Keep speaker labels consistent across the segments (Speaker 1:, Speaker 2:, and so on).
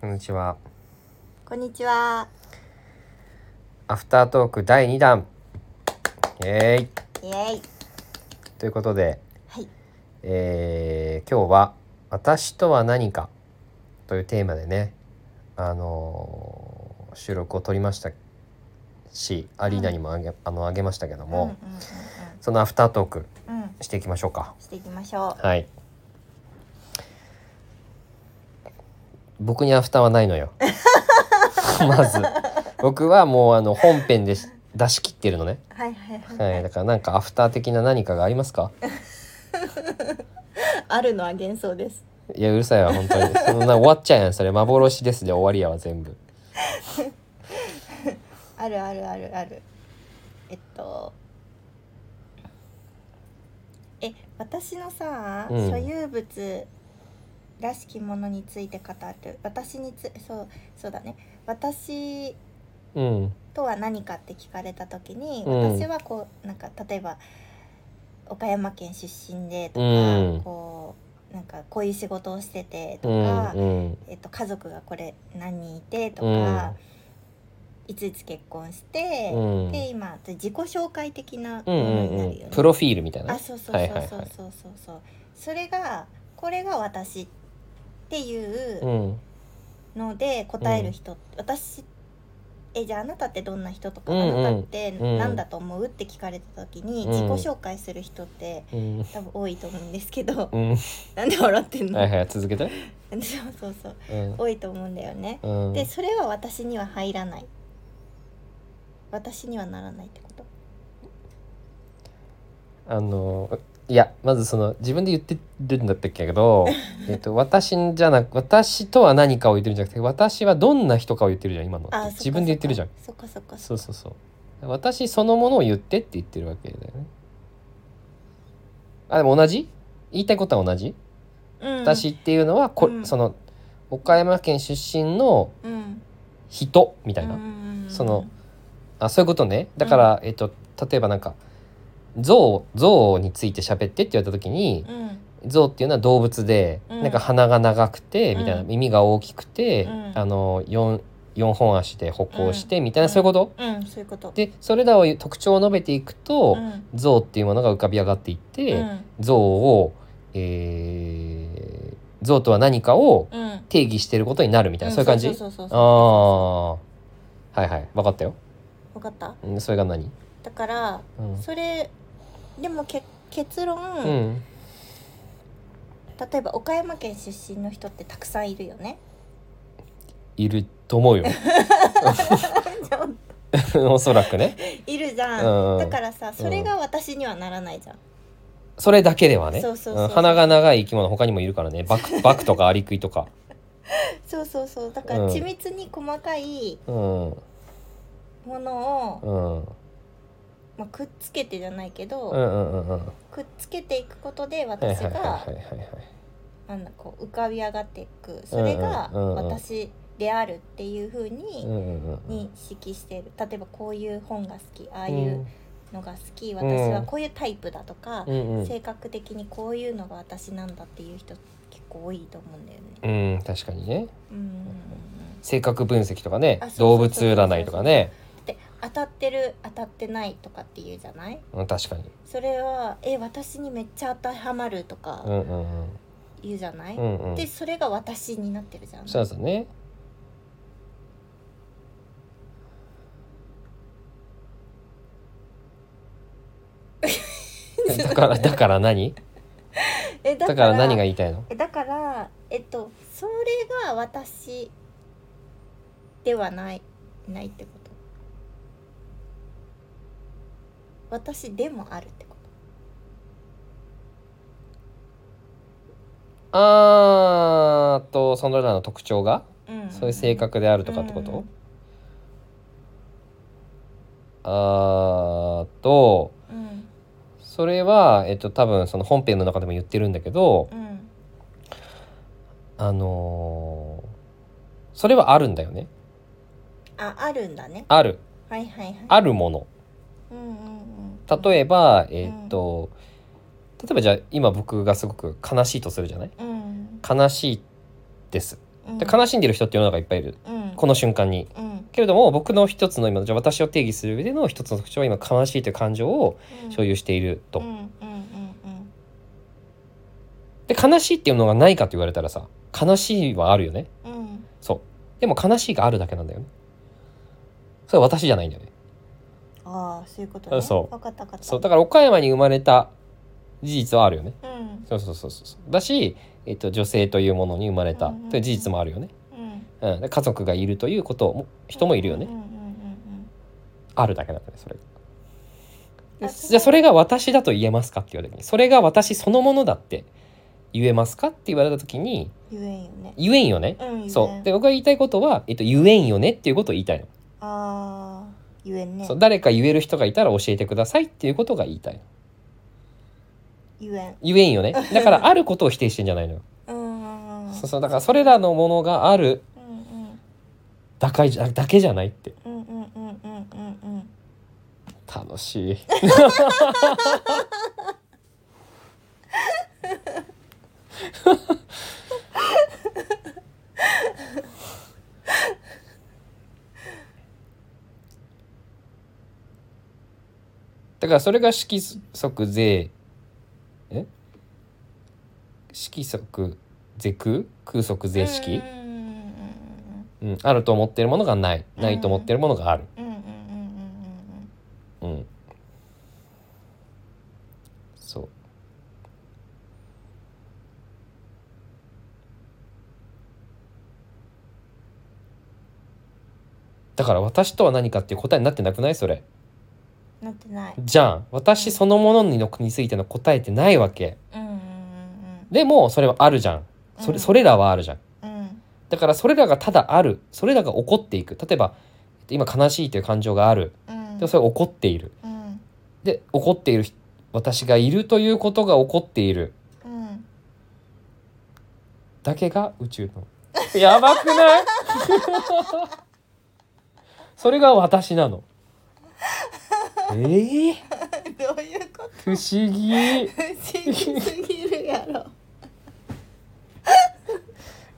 Speaker 1: こんにちは。
Speaker 2: こんにちは。
Speaker 1: アフタートーク第2弾。イエーイ
Speaker 2: イエイ。
Speaker 1: ということで、
Speaker 2: はい。
Speaker 1: えー今日は「私とは何か」というテーマでね、あのー収録を撮りましたしアリーナにもあげ,、あのあげましたけども、そのアフタートーク
Speaker 2: うんうんうんうん。うん。
Speaker 1: していきましょうか。
Speaker 2: していきましょう。
Speaker 1: はい僕にアフターはないのよまず僕はもうあの本編でし出し切ってるの ね、
Speaker 2: はいはいはい。
Speaker 1: はい、だからなんかアフター的な何かがありますか
Speaker 2: あるのは幻想です。
Speaker 1: いやうるさいわ本当にそんな終わっちゃうやんそれ幻ですで終わりやわ全部
Speaker 2: あるあるあるある。えっと。え、私のさ、
Speaker 1: うん
Speaker 2: 所有物。らしきものについて語る。私につ、そう、そうだね。私。
Speaker 1: うん
Speaker 2: とは何かって聞かれた時に、
Speaker 1: うん
Speaker 2: 私はこうなんか例えば岡山県出身でとか、
Speaker 1: うん
Speaker 2: こうなんかこういう仕事をしててと
Speaker 1: う
Speaker 2: か、
Speaker 1: ん
Speaker 2: えっと、家族がこれ何人いてと
Speaker 1: うん
Speaker 2: か、いついつ結婚して、
Speaker 1: うん
Speaker 2: で今自己紹介的な
Speaker 1: う
Speaker 2: も
Speaker 1: んうん
Speaker 2: のになる
Speaker 1: うん
Speaker 2: よね。
Speaker 1: プロフィールみたいな
Speaker 2: あ
Speaker 1: ね
Speaker 2: そうそう
Speaker 1: は
Speaker 2: そう
Speaker 1: いはい
Speaker 2: そう
Speaker 1: はい
Speaker 2: そうそうそう、それがこれが私っていう。
Speaker 1: うん
Speaker 2: ので答える人、私えじゃああなたってどんな人とか、
Speaker 1: うんうん
Speaker 2: あなたって
Speaker 1: うん
Speaker 2: 何だと思うって聞かれた時に
Speaker 1: うん
Speaker 2: 自己紹介する人って
Speaker 1: うん
Speaker 2: 多分多いと思うんですけど、
Speaker 1: うん
Speaker 2: なんで笑ってんの、
Speaker 1: はいはい続けて
Speaker 2: そうそうそう
Speaker 1: うん
Speaker 2: 多いと思うんだよね、
Speaker 1: うん
Speaker 2: でそれは私には入らない私にはならないってこと
Speaker 1: あのいやまずその自分で言ってるんだったっけけどえっと私じゃなく私とは何かを言ってるんじゃなくて私はどんな人かを言ってるじゃん今の
Speaker 2: あそっか
Speaker 1: 自分で言ってるじゃん
Speaker 2: そっかそっかそ
Speaker 1: そう
Speaker 2: っか
Speaker 1: そうそう私そのものを言ってって言ってるわけだよねあでも同じ言いたいことは同じ、
Speaker 2: うん
Speaker 1: 私っていうのはこ、
Speaker 2: うん
Speaker 1: その岡山県出身の
Speaker 2: うんみ
Speaker 1: 人みたいな、そのあそういうことねだから、えっと例えばなんか象象について喋ってって言われた時に、
Speaker 2: うん
Speaker 1: 象っていうのは動物で、
Speaker 2: うん
Speaker 1: なんか鼻が長くてみたいな、
Speaker 2: うん
Speaker 1: 耳が大きくて、
Speaker 2: うん
Speaker 1: あの 4, 4本足で歩行して、みたいな、
Speaker 2: うん
Speaker 1: そういうこと
Speaker 2: うんそういうこと
Speaker 1: でそれらを特徴を述べていくと、
Speaker 2: うん
Speaker 1: 象っていうものが浮かび上がっていって、
Speaker 2: うん
Speaker 1: 象を、えー、象とは何かを
Speaker 2: うん
Speaker 1: 定義していることになるみたいな、そういう感じ
Speaker 2: そうそうそうそ
Speaker 1: あ
Speaker 2: う
Speaker 1: あはいはい分かったよ。
Speaker 2: 分かった
Speaker 1: うんそれが何、
Speaker 2: だから
Speaker 1: うん
Speaker 2: それでもけ結論、
Speaker 1: うん
Speaker 2: 例えば岡山県出身の人ってたくさんいるよね
Speaker 1: いると思うよおそらくね。
Speaker 2: いるじゃん、
Speaker 1: うん
Speaker 2: だからさそれが私にはならないじゃん、
Speaker 1: それだけではね
Speaker 2: そうそうそう
Speaker 1: うん鼻が長い生き物他にもいるからねバクバクとかアリクイとか、
Speaker 2: そうそうそうだから
Speaker 1: うん
Speaker 2: 緻密に細かい
Speaker 1: うんうん、
Speaker 2: ものを、
Speaker 1: うん
Speaker 2: まあ、くっつけてじゃないけど、
Speaker 1: うんうんうんは
Speaker 2: くっつけていくことで
Speaker 1: いはい
Speaker 2: 私
Speaker 1: はい
Speaker 2: が
Speaker 1: はいはいはい
Speaker 2: なんだこう浮かび上がっていくそれが
Speaker 1: うんうんうんうん
Speaker 2: 私であるっていうふう
Speaker 1: うん
Speaker 2: に
Speaker 1: うんうんうん
Speaker 2: 認識してる例えばこういう本が好きああ
Speaker 1: あ
Speaker 2: いう、のが好き私はこういうタイプだとか、
Speaker 1: うんうん
Speaker 2: 性格的にこういうのが私なんだっていう人結構多いと思うんだよね。
Speaker 1: うん確かにね
Speaker 2: うんうんうんうん
Speaker 1: 性格分析とかね
Speaker 2: あそ
Speaker 1: 動
Speaker 2: うそ
Speaker 1: 物
Speaker 2: うそうそう
Speaker 1: 占いとかね
Speaker 2: で当たってる当たってないとかっていうじゃない
Speaker 1: うん確かに
Speaker 2: それはえ私にめっちゃ当てはまると
Speaker 1: う
Speaker 2: か
Speaker 1: んうんうん
Speaker 2: 言うじゃない、
Speaker 1: うんうん
Speaker 2: でそれが私になってるじゃん。
Speaker 1: そうだね だからだから何
Speaker 2: えだ
Speaker 1: だから何が言いたいの
Speaker 2: えだからえっとそれが私ではないないってこと私でもあるってこ
Speaker 1: あーとそのらの特徴が
Speaker 2: と、うん
Speaker 1: そういう性格であるとかってこと、あーと
Speaker 2: うん
Speaker 1: それは、えっと、多分その本編の中でも言ってるんだけど、
Speaker 2: うん
Speaker 1: あのーそれはあるんだよね
Speaker 2: ああるんだね
Speaker 1: ある
Speaker 2: はいはいはい
Speaker 1: あるもの
Speaker 2: うんうんうん
Speaker 1: 例えばえっと、例えばじゃあ今僕がすごく悲しいとするじゃない
Speaker 2: うん
Speaker 1: 悲しいです
Speaker 2: うん
Speaker 1: で悲しんでる人って世の中いっぱいいる
Speaker 2: うん
Speaker 1: この瞬間に
Speaker 2: うんうん
Speaker 1: けれども僕の一つの今じゃあ私を定義する上での一つの特徴は今悲しいという感情を所有していると
Speaker 2: うんうんうんうん
Speaker 1: で悲しいっていうのがないかと言われたらさ悲しいはあるよね
Speaker 2: うん
Speaker 1: そうでも悲しいがあるだけなんだよねそれは私じゃないんだよね
Speaker 2: ああそういうことね
Speaker 1: そう
Speaker 2: 分かった分かった
Speaker 1: そうだから岡山に生まれた事実はあるよね
Speaker 2: うん
Speaker 1: そうそうそうそうだし、えっと、女性というものに生まれたという事実もあるよね、
Speaker 2: うん
Speaker 1: うん、で家族がいるということも人もいるよね、
Speaker 2: うんうんうん
Speaker 1: あるだけなんだねそれ
Speaker 2: うん
Speaker 1: でじゃあそれが私だと言えますかって言われた時にそれが私そのものだって言えますかって言われた時に
Speaker 2: 言えんよね
Speaker 1: 言えんよね、
Speaker 2: うん言えん
Speaker 1: そうで僕が言いたいことは、えっと、言えんよねっていうことを言いたいの、
Speaker 2: ああ言えんね
Speaker 1: そう誰か言える人がいたら教えてくださいっていうことが言いたいの
Speaker 2: 言えん
Speaker 1: 言えんよねだからあることを否定してんじゃないのよ
Speaker 2: うんうんうん
Speaker 1: そうそうだからそれらのものがある
Speaker 2: うんうん
Speaker 1: だけじゃだけじゃないって
Speaker 2: うんうんうんうんうんうん
Speaker 1: 楽しいだからそれが色即税え色即是空空即是
Speaker 2: うん
Speaker 1: 色、
Speaker 2: うん
Speaker 1: うんあると思ってるものがないないと思ってるものがある、
Speaker 2: うんうんうんうん
Speaker 1: うん。そう。だから私とは何かっていう答えになってなくないそれ。
Speaker 2: うんなってない
Speaker 1: じゃん。私そのものにのについての答えってないわけ。
Speaker 2: うんうん
Speaker 1: でもそれはあるじゃん。それそれらはあるじゃん。
Speaker 2: うんうん
Speaker 1: だからそれらがただある。それらが起こっていく。例えば今悲しいという感情がある。
Speaker 2: うん
Speaker 1: でもそれは起こっている。
Speaker 2: うん
Speaker 1: で起こっている人私がいるということが起こっている
Speaker 2: うん
Speaker 1: だけが宇宙 のやばくない それが私なのえー、
Speaker 2: どういうこと
Speaker 1: 不思議
Speaker 2: 不思議すぎるやろ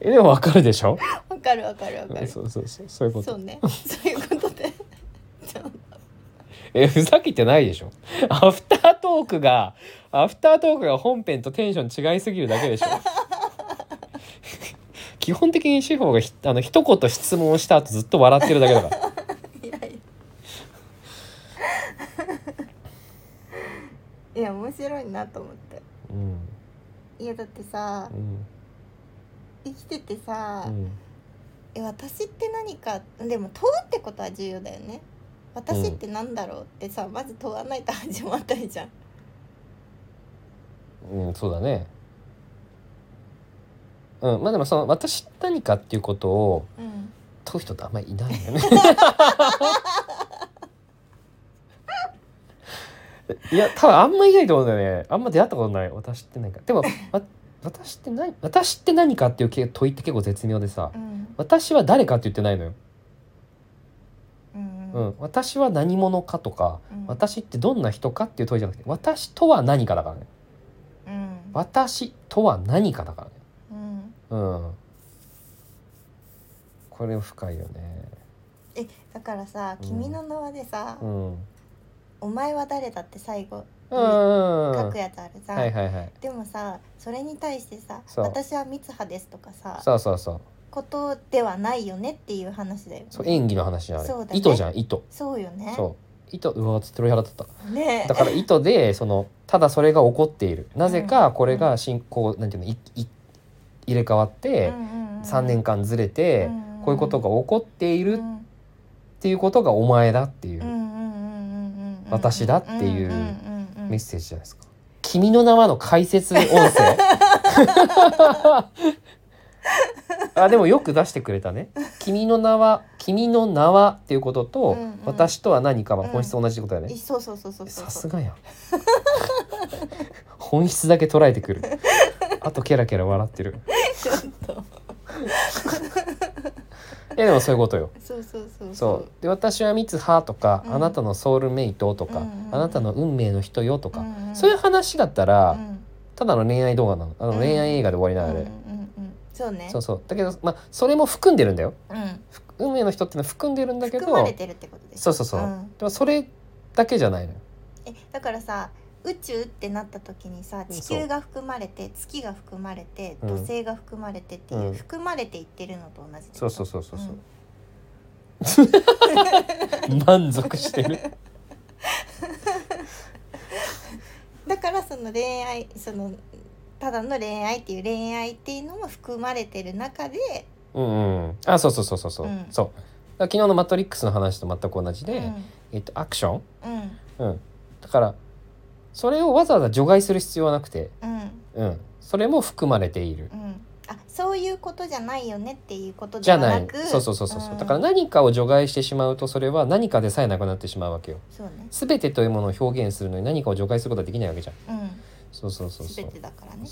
Speaker 1: えでもわかるでしょ
Speaker 2: わかるわかるわかる
Speaker 1: そうそうそうそういうこ
Speaker 2: そう
Speaker 1: と
Speaker 2: ねそういうことで ちょっと
Speaker 1: えふざけてないでしょアフタートークがアフタートークが本編とテンション違いすぎるだけで しょ基本的に司法がひあの一言質問した後ずっと笑ってるだけだから
Speaker 2: いやいやいや面白いなと思って
Speaker 1: うん
Speaker 2: いやだってさ
Speaker 1: うん
Speaker 2: 生きててさ、
Speaker 1: うん
Speaker 2: え私って何かでも問うってことは重要だよね私ってなんだろうってさ、まず問わないと始まったりじゃん
Speaker 1: うん、そうだね。うん、まあでもその私何かっていうことを
Speaker 2: うん
Speaker 1: 問う人ってあんまりいないよね。 いや多分あんまいないと思うんだよね。あんま出会ったことない私って何か。でもわ私って何私って何かっていうけ問いって結構絶妙でさ
Speaker 2: うん
Speaker 1: 私は誰かって言ってないのよ。
Speaker 2: うん
Speaker 1: うん、私は何者かとか
Speaker 2: うん
Speaker 1: 私ってどんな人かっていう問いじゃなくて私とは何かだからね。
Speaker 2: うん
Speaker 1: 私とは何かだからね。
Speaker 2: うん
Speaker 1: うん。これ深いよね。
Speaker 2: だからさ「
Speaker 1: うん
Speaker 2: 君の名は」でさ、
Speaker 1: うん。
Speaker 2: お前は誰だ?」って最後
Speaker 1: うん。
Speaker 2: 書
Speaker 1: は
Speaker 2: くやつあるじゃん、
Speaker 1: いはいはい。
Speaker 2: でもさそれに対してさ「
Speaker 1: そう
Speaker 2: 私はミツハです」とかさ
Speaker 1: そうそうそう。
Speaker 2: ことではないよねっていう話だよね
Speaker 1: そう演技の話じゃんあれ
Speaker 2: そうだね
Speaker 1: 糸じゃん糸。
Speaker 2: そうよね
Speaker 1: そう。糸うわちょっと鳥肌立った。
Speaker 2: ね
Speaker 1: だから糸でそのただそれが起こっている。なぜかこれが進行なんていうのいい入れ替わって三年間ずれてこういうことが起こってい
Speaker 2: い
Speaker 1: るっていうことがお前だっていう私
Speaker 2: 私
Speaker 1: だっていうメッセージじゃないですか。君の名はの解説音 声。あでもよく出してくれたね。君の名は君の名はっていうことと、
Speaker 2: うんうん
Speaker 1: 私とは何かは本質同じことだよね。
Speaker 2: そうそうそうそうそう
Speaker 1: さすがやん。 本質だけ捉えてくる。あとケラケラ笑ってる。
Speaker 2: ちょっと
Speaker 1: えでもそういうことよ。
Speaker 2: そうそうそう
Speaker 1: そうで私はミツハとか、
Speaker 2: うん
Speaker 1: あなたのソウルメイトとか、
Speaker 2: うんうん
Speaker 1: あなたの運命の人よとか、
Speaker 2: うんうん
Speaker 1: そういう話だったら、
Speaker 2: うん
Speaker 1: ただの恋愛動画なのあの
Speaker 2: うん
Speaker 1: 恋愛映画で終わりなのあれ、
Speaker 2: うんうんうんそうね
Speaker 1: そうそうだけどまあそれも含んでるんだよ
Speaker 2: うん
Speaker 1: ふ運命の人ってのは含んでるんだけど
Speaker 2: 含まれてるってことです
Speaker 1: そうそうそう、
Speaker 2: ん
Speaker 1: でもそれだけじゃないのよ
Speaker 2: えだからさ宇宙ってなった時にさ地球が含まれて月が含まれて
Speaker 1: うん
Speaker 2: 土星が含まれてっていう、
Speaker 1: うん
Speaker 2: 含まれていってるのと同じってこと
Speaker 1: そうそうそうそうそう、
Speaker 2: ん
Speaker 1: 満足して る
Speaker 2: だからその恋愛そのただの恋愛っていう恋愛っていうのも含まれてる中で、
Speaker 1: うんうんあそうそうそうそうそう、
Speaker 2: うん
Speaker 1: そうだから昨日の「マトリックス」の話と全く同じで、えっと、アクション、
Speaker 2: うんうん
Speaker 1: うん、だからそれをわざわざ除外する必要はなくて、
Speaker 2: うん
Speaker 1: うん、それも含まれている
Speaker 2: うんあそういうことじゃないよねっていうこと
Speaker 1: じ
Speaker 2: で
Speaker 1: ゃ
Speaker 2: は
Speaker 1: な
Speaker 2: ないく
Speaker 1: そうそうそうそうそうだから
Speaker 2: ん
Speaker 1: 何かを除外してしまうとそれは何かでさえなくなってしまうわけよ
Speaker 2: そうね
Speaker 1: 全てというものを表現するのに何かを除外することはできないわけじゃん
Speaker 2: う
Speaker 1: そうそうそうんそ
Speaker 2: 全
Speaker 1: う
Speaker 2: てだからね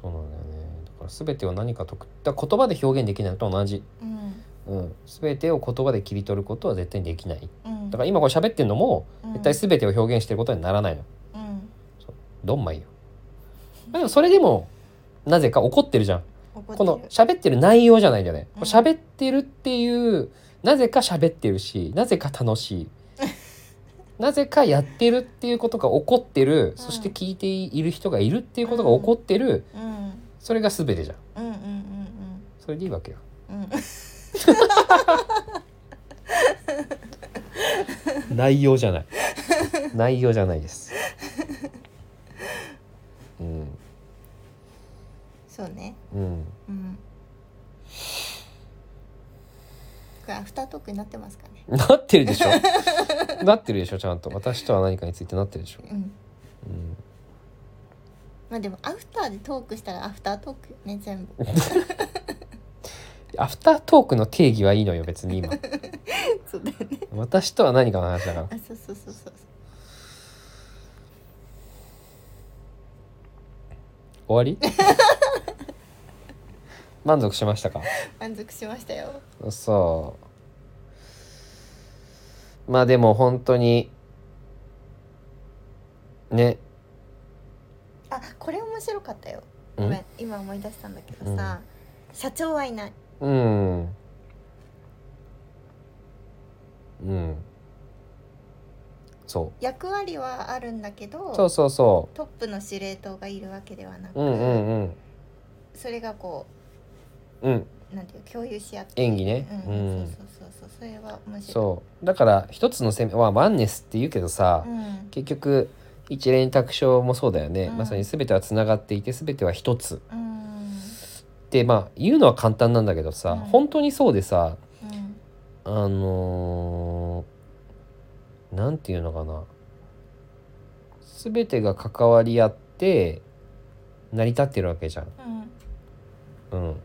Speaker 1: そうそうなんだよねだから全てを何か特だから言葉で表現できないのと同じ、
Speaker 2: うん
Speaker 1: うん、全てを言葉で切り取ることは絶対にできない
Speaker 2: うん
Speaker 1: だから今これ喋ってるのも
Speaker 2: ら
Speaker 1: 絶対全てを表現してることにならないの
Speaker 2: うん
Speaker 1: どんまいよまあでもそれでもなぜか怒ってるじゃん
Speaker 2: 怒ってる
Speaker 1: この喋ってる内容じゃないんだよね。
Speaker 2: う
Speaker 1: こ
Speaker 2: ん
Speaker 1: う喋ってるっていうなぜか喋ってるしなぜか楽し いなぜかやってるっていうことが起こってる、そして聞いている人がいるっていうことが起こってる、
Speaker 2: うん
Speaker 1: それが全てじゃん。
Speaker 2: うんうんうん
Speaker 1: それでいいわけ よ。
Speaker 2: うんうん
Speaker 1: 内容じゃ ない。内容じゃないです。うん
Speaker 2: そうね
Speaker 1: うん
Speaker 2: うんこれアフタートークになってますかね
Speaker 1: なってるでしょ。 なってるでしょちゃんと私とは何かについてなってるでしょ。
Speaker 2: う
Speaker 1: う
Speaker 2: ん
Speaker 1: ん
Speaker 2: まあでもアフターでトークしたらアフタートークよね全部
Speaker 1: アフタートークの定義はいいのよ別に今。
Speaker 2: そうだよね
Speaker 1: 私とは何かの話だから
Speaker 2: あそうそうそうそう
Speaker 1: 終わり 満足しましたか
Speaker 2: 満足しましたよ
Speaker 1: そうまあでも本当にね
Speaker 2: あこれ面白かったよ
Speaker 1: う
Speaker 2: ごめ
Speaker 1: ん
Speaker 2: ん今思い出したんだけどさ、社長はいない
Speaker 1: うんうんそ
Speaker 2: 役割はあるんだけど
Speaker 1: うそうそうそ
Speaker 2: トップの司令塔がいるわけではなく、
Speaker 1: ううんうんうん
Speaker 2: それがこ
Speaker 1: うん
Speaker 2: うなんていう共有し合って
Speaker 1: 演技ね
Speaker 2: う
Speaker 1: うんん、
Speaker 2: そうそうそうそうそれは面白い
Speaker 1: そうだから一つの攻めはワンネスって言うけどさ、
Speaker 2: うん
Speaker 1: 結局一連卓章もそうだよね、
Speaker 2: うん
Speaker 1: まさに全てはつながっていて全ては一つ
Speaker 2: うん
Speaker 1: でまあ言うのは簡単なんだけどさ、
Speaker 2: うん
Speaker 1: 本当にそうでさ
Speaker 2: うん
Speaker 1: あのーなんていうのかな全てが関わり合って成り立ってるわけじゃん。
Speaker 2: うん
Speaker 1: うん、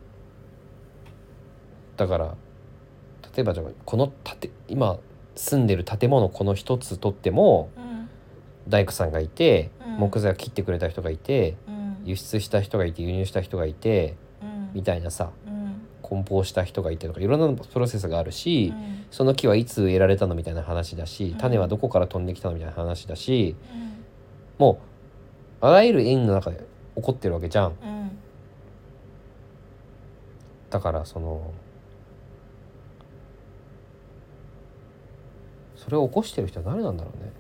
Speaker 1: だから例えばじゃあこの建今住んでる建物この一つとっても
Speaker 2: うん
Speaker 1: 大工さんがいて、
Speaker 2: うん
Speaker 1: 木材を切ってくれた人がいて
Speaker 2: うん
Speaker 1: 輸出した人がいて輸入した人がいて
Speaker 2: うん
Speaker 1: みたいなさ
Speaker 2: うん
Speaker 1: 梱包した人がいてとかいろんなプロセスがある
Speaker 2: う
Speaker 1: し、
Speaker 2: ん
Speaker 1: その木はいつ植えられたのみたいな話だし
Speaker 2: うん
Speaker 1: 種はどこから飛んできたのみたいな話だしもうあらゆる縁の中で起こってるわけじゃん。
Speaker 2: うん
Speaker 1: だからそのそれを起こしてる人は誰なんだろうね。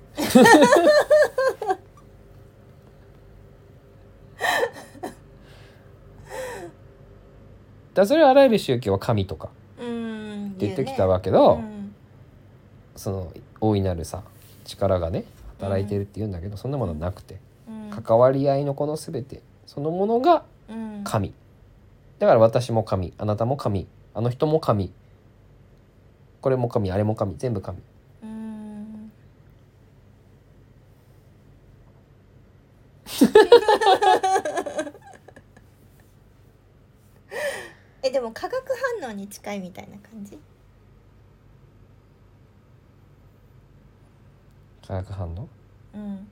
Speaker 1: だからそれはあらゆる宗教は神とか
Speaker 2: うん
Speaker 1: って言ってきたわけ
Speaker 2: け
Speaker 1: ど、
Speaker 2: うん
Speaker 1: その大いなるさ力がね働いてるって言うんだけど、そんなものはなくて
Speaker 2: うん
Speaker 1: 関わり合いのこの全てそのものが
Speaker 2: うん
Speaker 1: 神だから私も神あなたも神あの人も神これも神あれも神全部神
Speaker 2: うんえでも化学反応に近いみたいな感じ
Speaker 1: 化学反応
Speaker 2: うん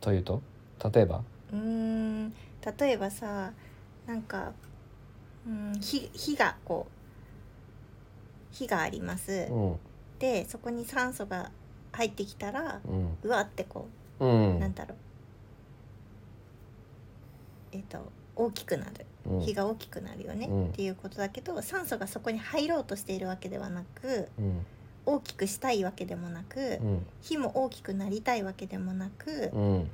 Speaker 1: というと例えば
Speaker 2: うーん例えばさなんかうん火火がこう火があります、
Speaker 1: うん
Speaker 2: でそこに酸素が入ってきたら
Speaker 1: うん
Speaker 2: うわってこ
Speaker 1: う
Speaker 2: う、なん
Speaker 1: ん
Speaker 2: だろうえっと大きくなる
Speaker 1: うん
Speaker 2: 日が大きくなるよね、
Speaker 1: うん
Speaker 2: っていうことだけど酸素がそこに入ろうとしているわけではなく
Speaker 1: うん
Speaker 2: 大きくしたいわけでもなく、
Speaker 1: うん
Speaker 2: 火も大きくなりたいわけでもなく、
Speaker 1: うん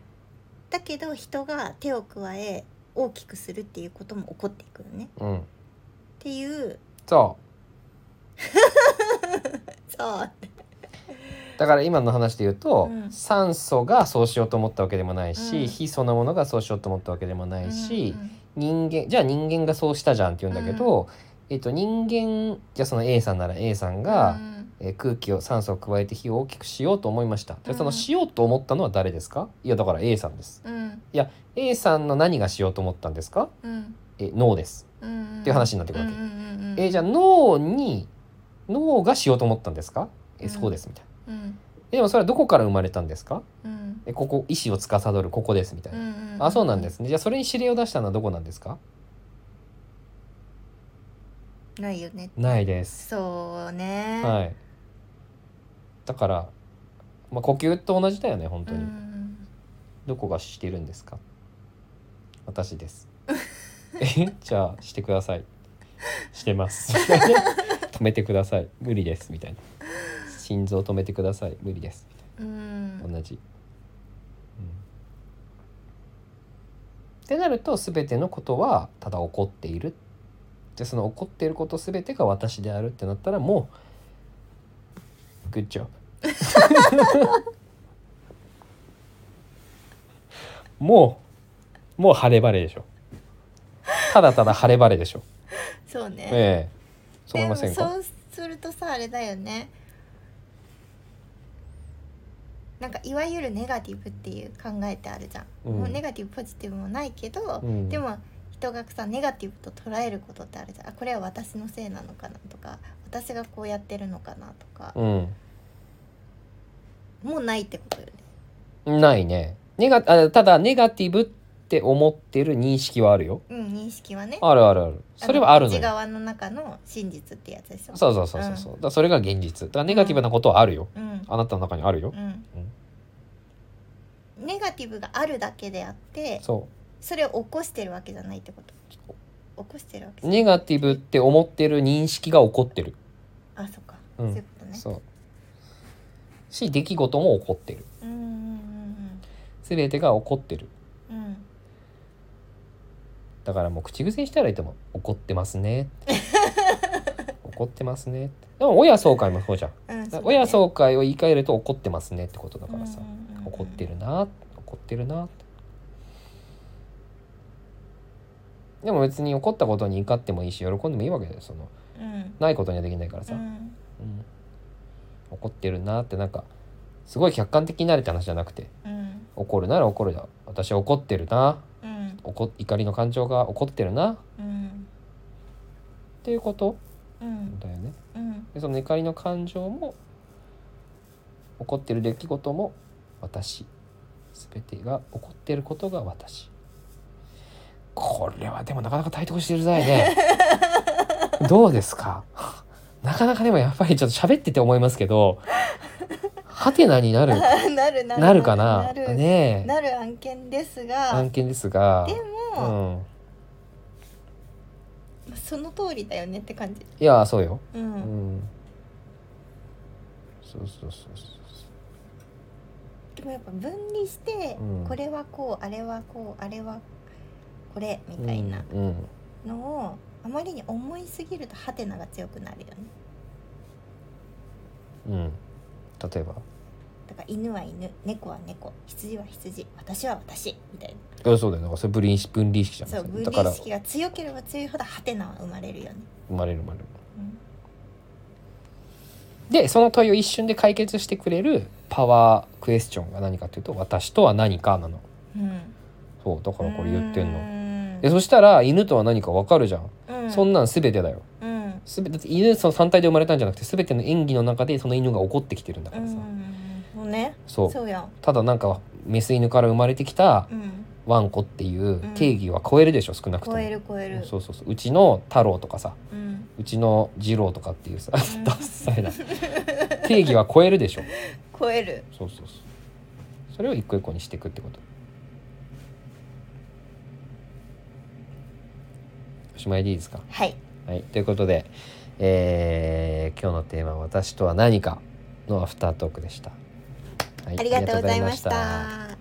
Speaker 2: だけど人が手を加え大きくするっていうことも起こっていくよね
Speaker 1: うん
Speaker 2: っていう
Speaker 1: そ
Speaker 2: そう
Speaker 1: うだから今の話で言うと、
Speaker 2: うん
Speaker 1: 酸素がそうしようと思ったわけでもないし、
Speaker 2: うん
Speaker 1: 火そのものがそうしようと思ったわけでもないし
Speaker 2: う、
Speaker 1: 人
Speaker 2: ん
Speaker 1: 間じゃあ人間がそうしたじゃんって言うんだけど、えっと、人間じゃあその A さんなら A さん
Speaker 2: うんう
Speaker 1: が、
Speaker 2: ん
Speaker 1: えー空気を酸素を加えて火を大きくしようと思いました。で
Speaker 2: うん
Speaker 1: そのしようと思ったのは誰ですかいやだから A さんです。
Speaker 2: うん、
Speaker 1: A さんの何がしようと思ったんですか
Speaker 2: うん
Speaker 1: え脳です。
Speaker 2: うん、
Speaker 1: っていう話になってくるわけ
Speaker 2: うんうんうんうん、
Speaker 1: えじゃあ脳に脳がしようと思ったんですかえそうですみたいな。
Speaker 2: うん
Speaker 1: えでもそれはどこから生まれたんですか
Speaker 2: うん
Speaker 1: えここ意思を司るここですみたい
Speaker 2: うんう
Speaker 1: な。
Speaker 2: ん
Speaker 1: あそうなんですね。じゃあそれに指令を出したのはどこなんですか
Speaker 2: ないよね
Speaker 1: ないです。
Speaker 2: そうね
Speaker 1: はい。だから、まあ、呼吸と同じだよね本当
Speaker 2: う
Speaker 1: に。
Speaker 2: ん
Speaker 1: どこがしてるんですか私ですえじゃあしてくださいしてます止めてください無理ですみたいな心臓止めてください無理です
Speaker 2: うん
Speaker 1: 同じ、うん、ってなると全てのことはただ起こっているでその起こっていること全てが私であるってなったらもうグッジョブ もうもう晴れ晴れでしょただただ晴れ晴れでしょ
Speaker 2: そうね、
Speaker 1: ええそう思いません
Speaker 2: で
Speaker 1: か
Speaker 2: もそうするとさあれだよねなんかいわゆるネガティブっていう考えてあるじゃん、
Speaker 1: うん
Speaker 2: もうネガティブポジティブもないけど、
Speaker 1: うん
Speaker 2: でも人がさネガティブと捉えることってあるじゃんあこれは私のせいなのかなとか私がこうやってるのかなとか、もうないってことよね
Speaker 1: うんないねネガあただネガティブって思ってる認識はあるよ
Speaker 2: うん認識はね
Speaker 1: あるあるある。それはあるの
Speaker 2: 内
Speaker 1: よ。
Speaker 2: 側の中の真実ってやつでしょ
Speaker 1: そうそうそうそうそう。だからそれが現実。だからネガティブなことはあるよ。
Speaker 2: うん、うん
Speaker 1: あなたの中にあるよ。
Speaker 2: ネガティブがあるだけであって
Speaker 1: そ
Speaker 2: それを起こしてるわけじゃないってこと起こしてるわけじ
Speaker 1: う。
Speaker 2: ゃない
Speaker 1: ネガティブって思ってる認識が起こってる。
Speaker 2: あそっか、
Speaker 1: うん
Speaker 2: そういうことね
Speaker 1: そう。し、出来事も起こってる。
Speaker 2: うんうん
Speaker 1: すべてが起こってる。
Speaker 2: うんうんうん
Speaker 1: だからもう口癖にしたらいいと思う。怒ってます ね。怒ってますね。でも親相会もそうじゃん。
Speaker 2: うん
Speaker 1: だ
Speaker 2: そ
Speaker 1: か
Speaker 2: う
Speaker 1: ら
Speaker 2: だね
Speaker 1: 親相会を言い換えると怒ってますねってことだからさ。
Speaker 2: うんうんうん
Speaker 1: 怒ってるな怒ってるなでも別に怒ったことに怒ってもいいし喜んでもいいわけだよその
Speaker 2: うん
Speaker 1: ないことにはできないから
Speaker 2: う
Speaker 1: さ、
Speaker 2: ん
Speaker 1: うん怒ってるなってなんかすごい客観的になれって話じゃなくて
Speaker 2: うん
Speaker 1: 怒るなら怒るだ私は怒ってるな
Speaker 2: うん
Speaker 1: 怒怒りの感情が怒ってるなっ
Speaker 2: うん
Speaker 1: ていうこと
Speaker 2: うん
Speaker 1: だよね
Speaker 2: うん
Speaker 1: でその怒りの感情も怒ってる出来事も私全てが起こってることが私これはでもなかなか対等してるざい ねどうですかなかなかでもやっぱりちょっと喋ってて思いますけどハテナにな る
Speaker 2: なるなる
Speaker 1: なるかな
Speaker 2: なる,、
Speaker 1: ねえ
Speaker 2: なる案件ですが
Speaker 1: 案件ですが
Speaker 2: で
Speaker 1: う
Speaker 2: も、
Speaker 1: ん
Speaker 2: その通りだよねって感じ
Speaker 1: いやそうよ
Speaker 2: う、
Speaker 1: うんんそうそうそうそう
Speaker 2: でもやっぱ分離して、
Speaker 1: うん
Speaker 2: これはこうあれはこうあれはこれみたいな、
Speaker 1: うんうん
Speaker 2: のをあまりに思いすぎるとハテナが強くなるよね
Speaker 1: うん例えば
Speaker 2: だから犬は犬猫は猫羊は羊私は私みたい
Speaker 1: いやそうだよだからそれ分離し分離意識じゃ
Speaker 2: なんそう分
Speaker 1: だか
Speaker 2: 離
Speaker 1: ら
Speaker 2: 意識が強ければ強いほどハテナは生まれるよね、
Speaker 1: 生まれる生まれる
Speaker 2: うん
Speaker 1: でその問いを一瞬で解決してくれるパワークエスチョンが何かというと私とは何かなの
Speaker 2: うん、
Speaker 1: そうだからこれ言ってんのえ
Speaker 2: の
Speaker 1: そしたら犬とは何かわかるじゃん、
Speaker 2: うん
Speaker 1: そんなん全てだよ
Speaker 2: うん
Speaker 1: すべだって犬その単体で生まれたんじゃなくて全ての演技の中でその犬が怒ってきてるんだ
Speaker 2: う
Speaker 1: からさ、
Speaker 2: んもうね
Speaker 1: そう
Speaker 2: そうやん
Speaker 1: ただなんかメス犬から生まれてきた
Speaker 2: うん
Speaker 1: ワンコっていう定義は超えるでしょ少なくとも
Speaker 2: 超える超える
Speaker 1: そうそうそううちの太郎とかさ
Speaker 2: うん
Speaker 1: うちの二郎とかっていうさ、
Speaker 2: う ん
Speaker 1: ダッサいな定義は超えるでしょ
Speaker 2: 超える
Speaker 1: そうそうそうそれを一個一個にしていくってことおしまいでいいですか
Speaker 2: はい
Speaker 1: はい、ということで、えー今日のテーマは「私とは何か」のアフタートークでした。はい
Speaker 2: ありがとうございまし
Speaker 1: ありがとうございました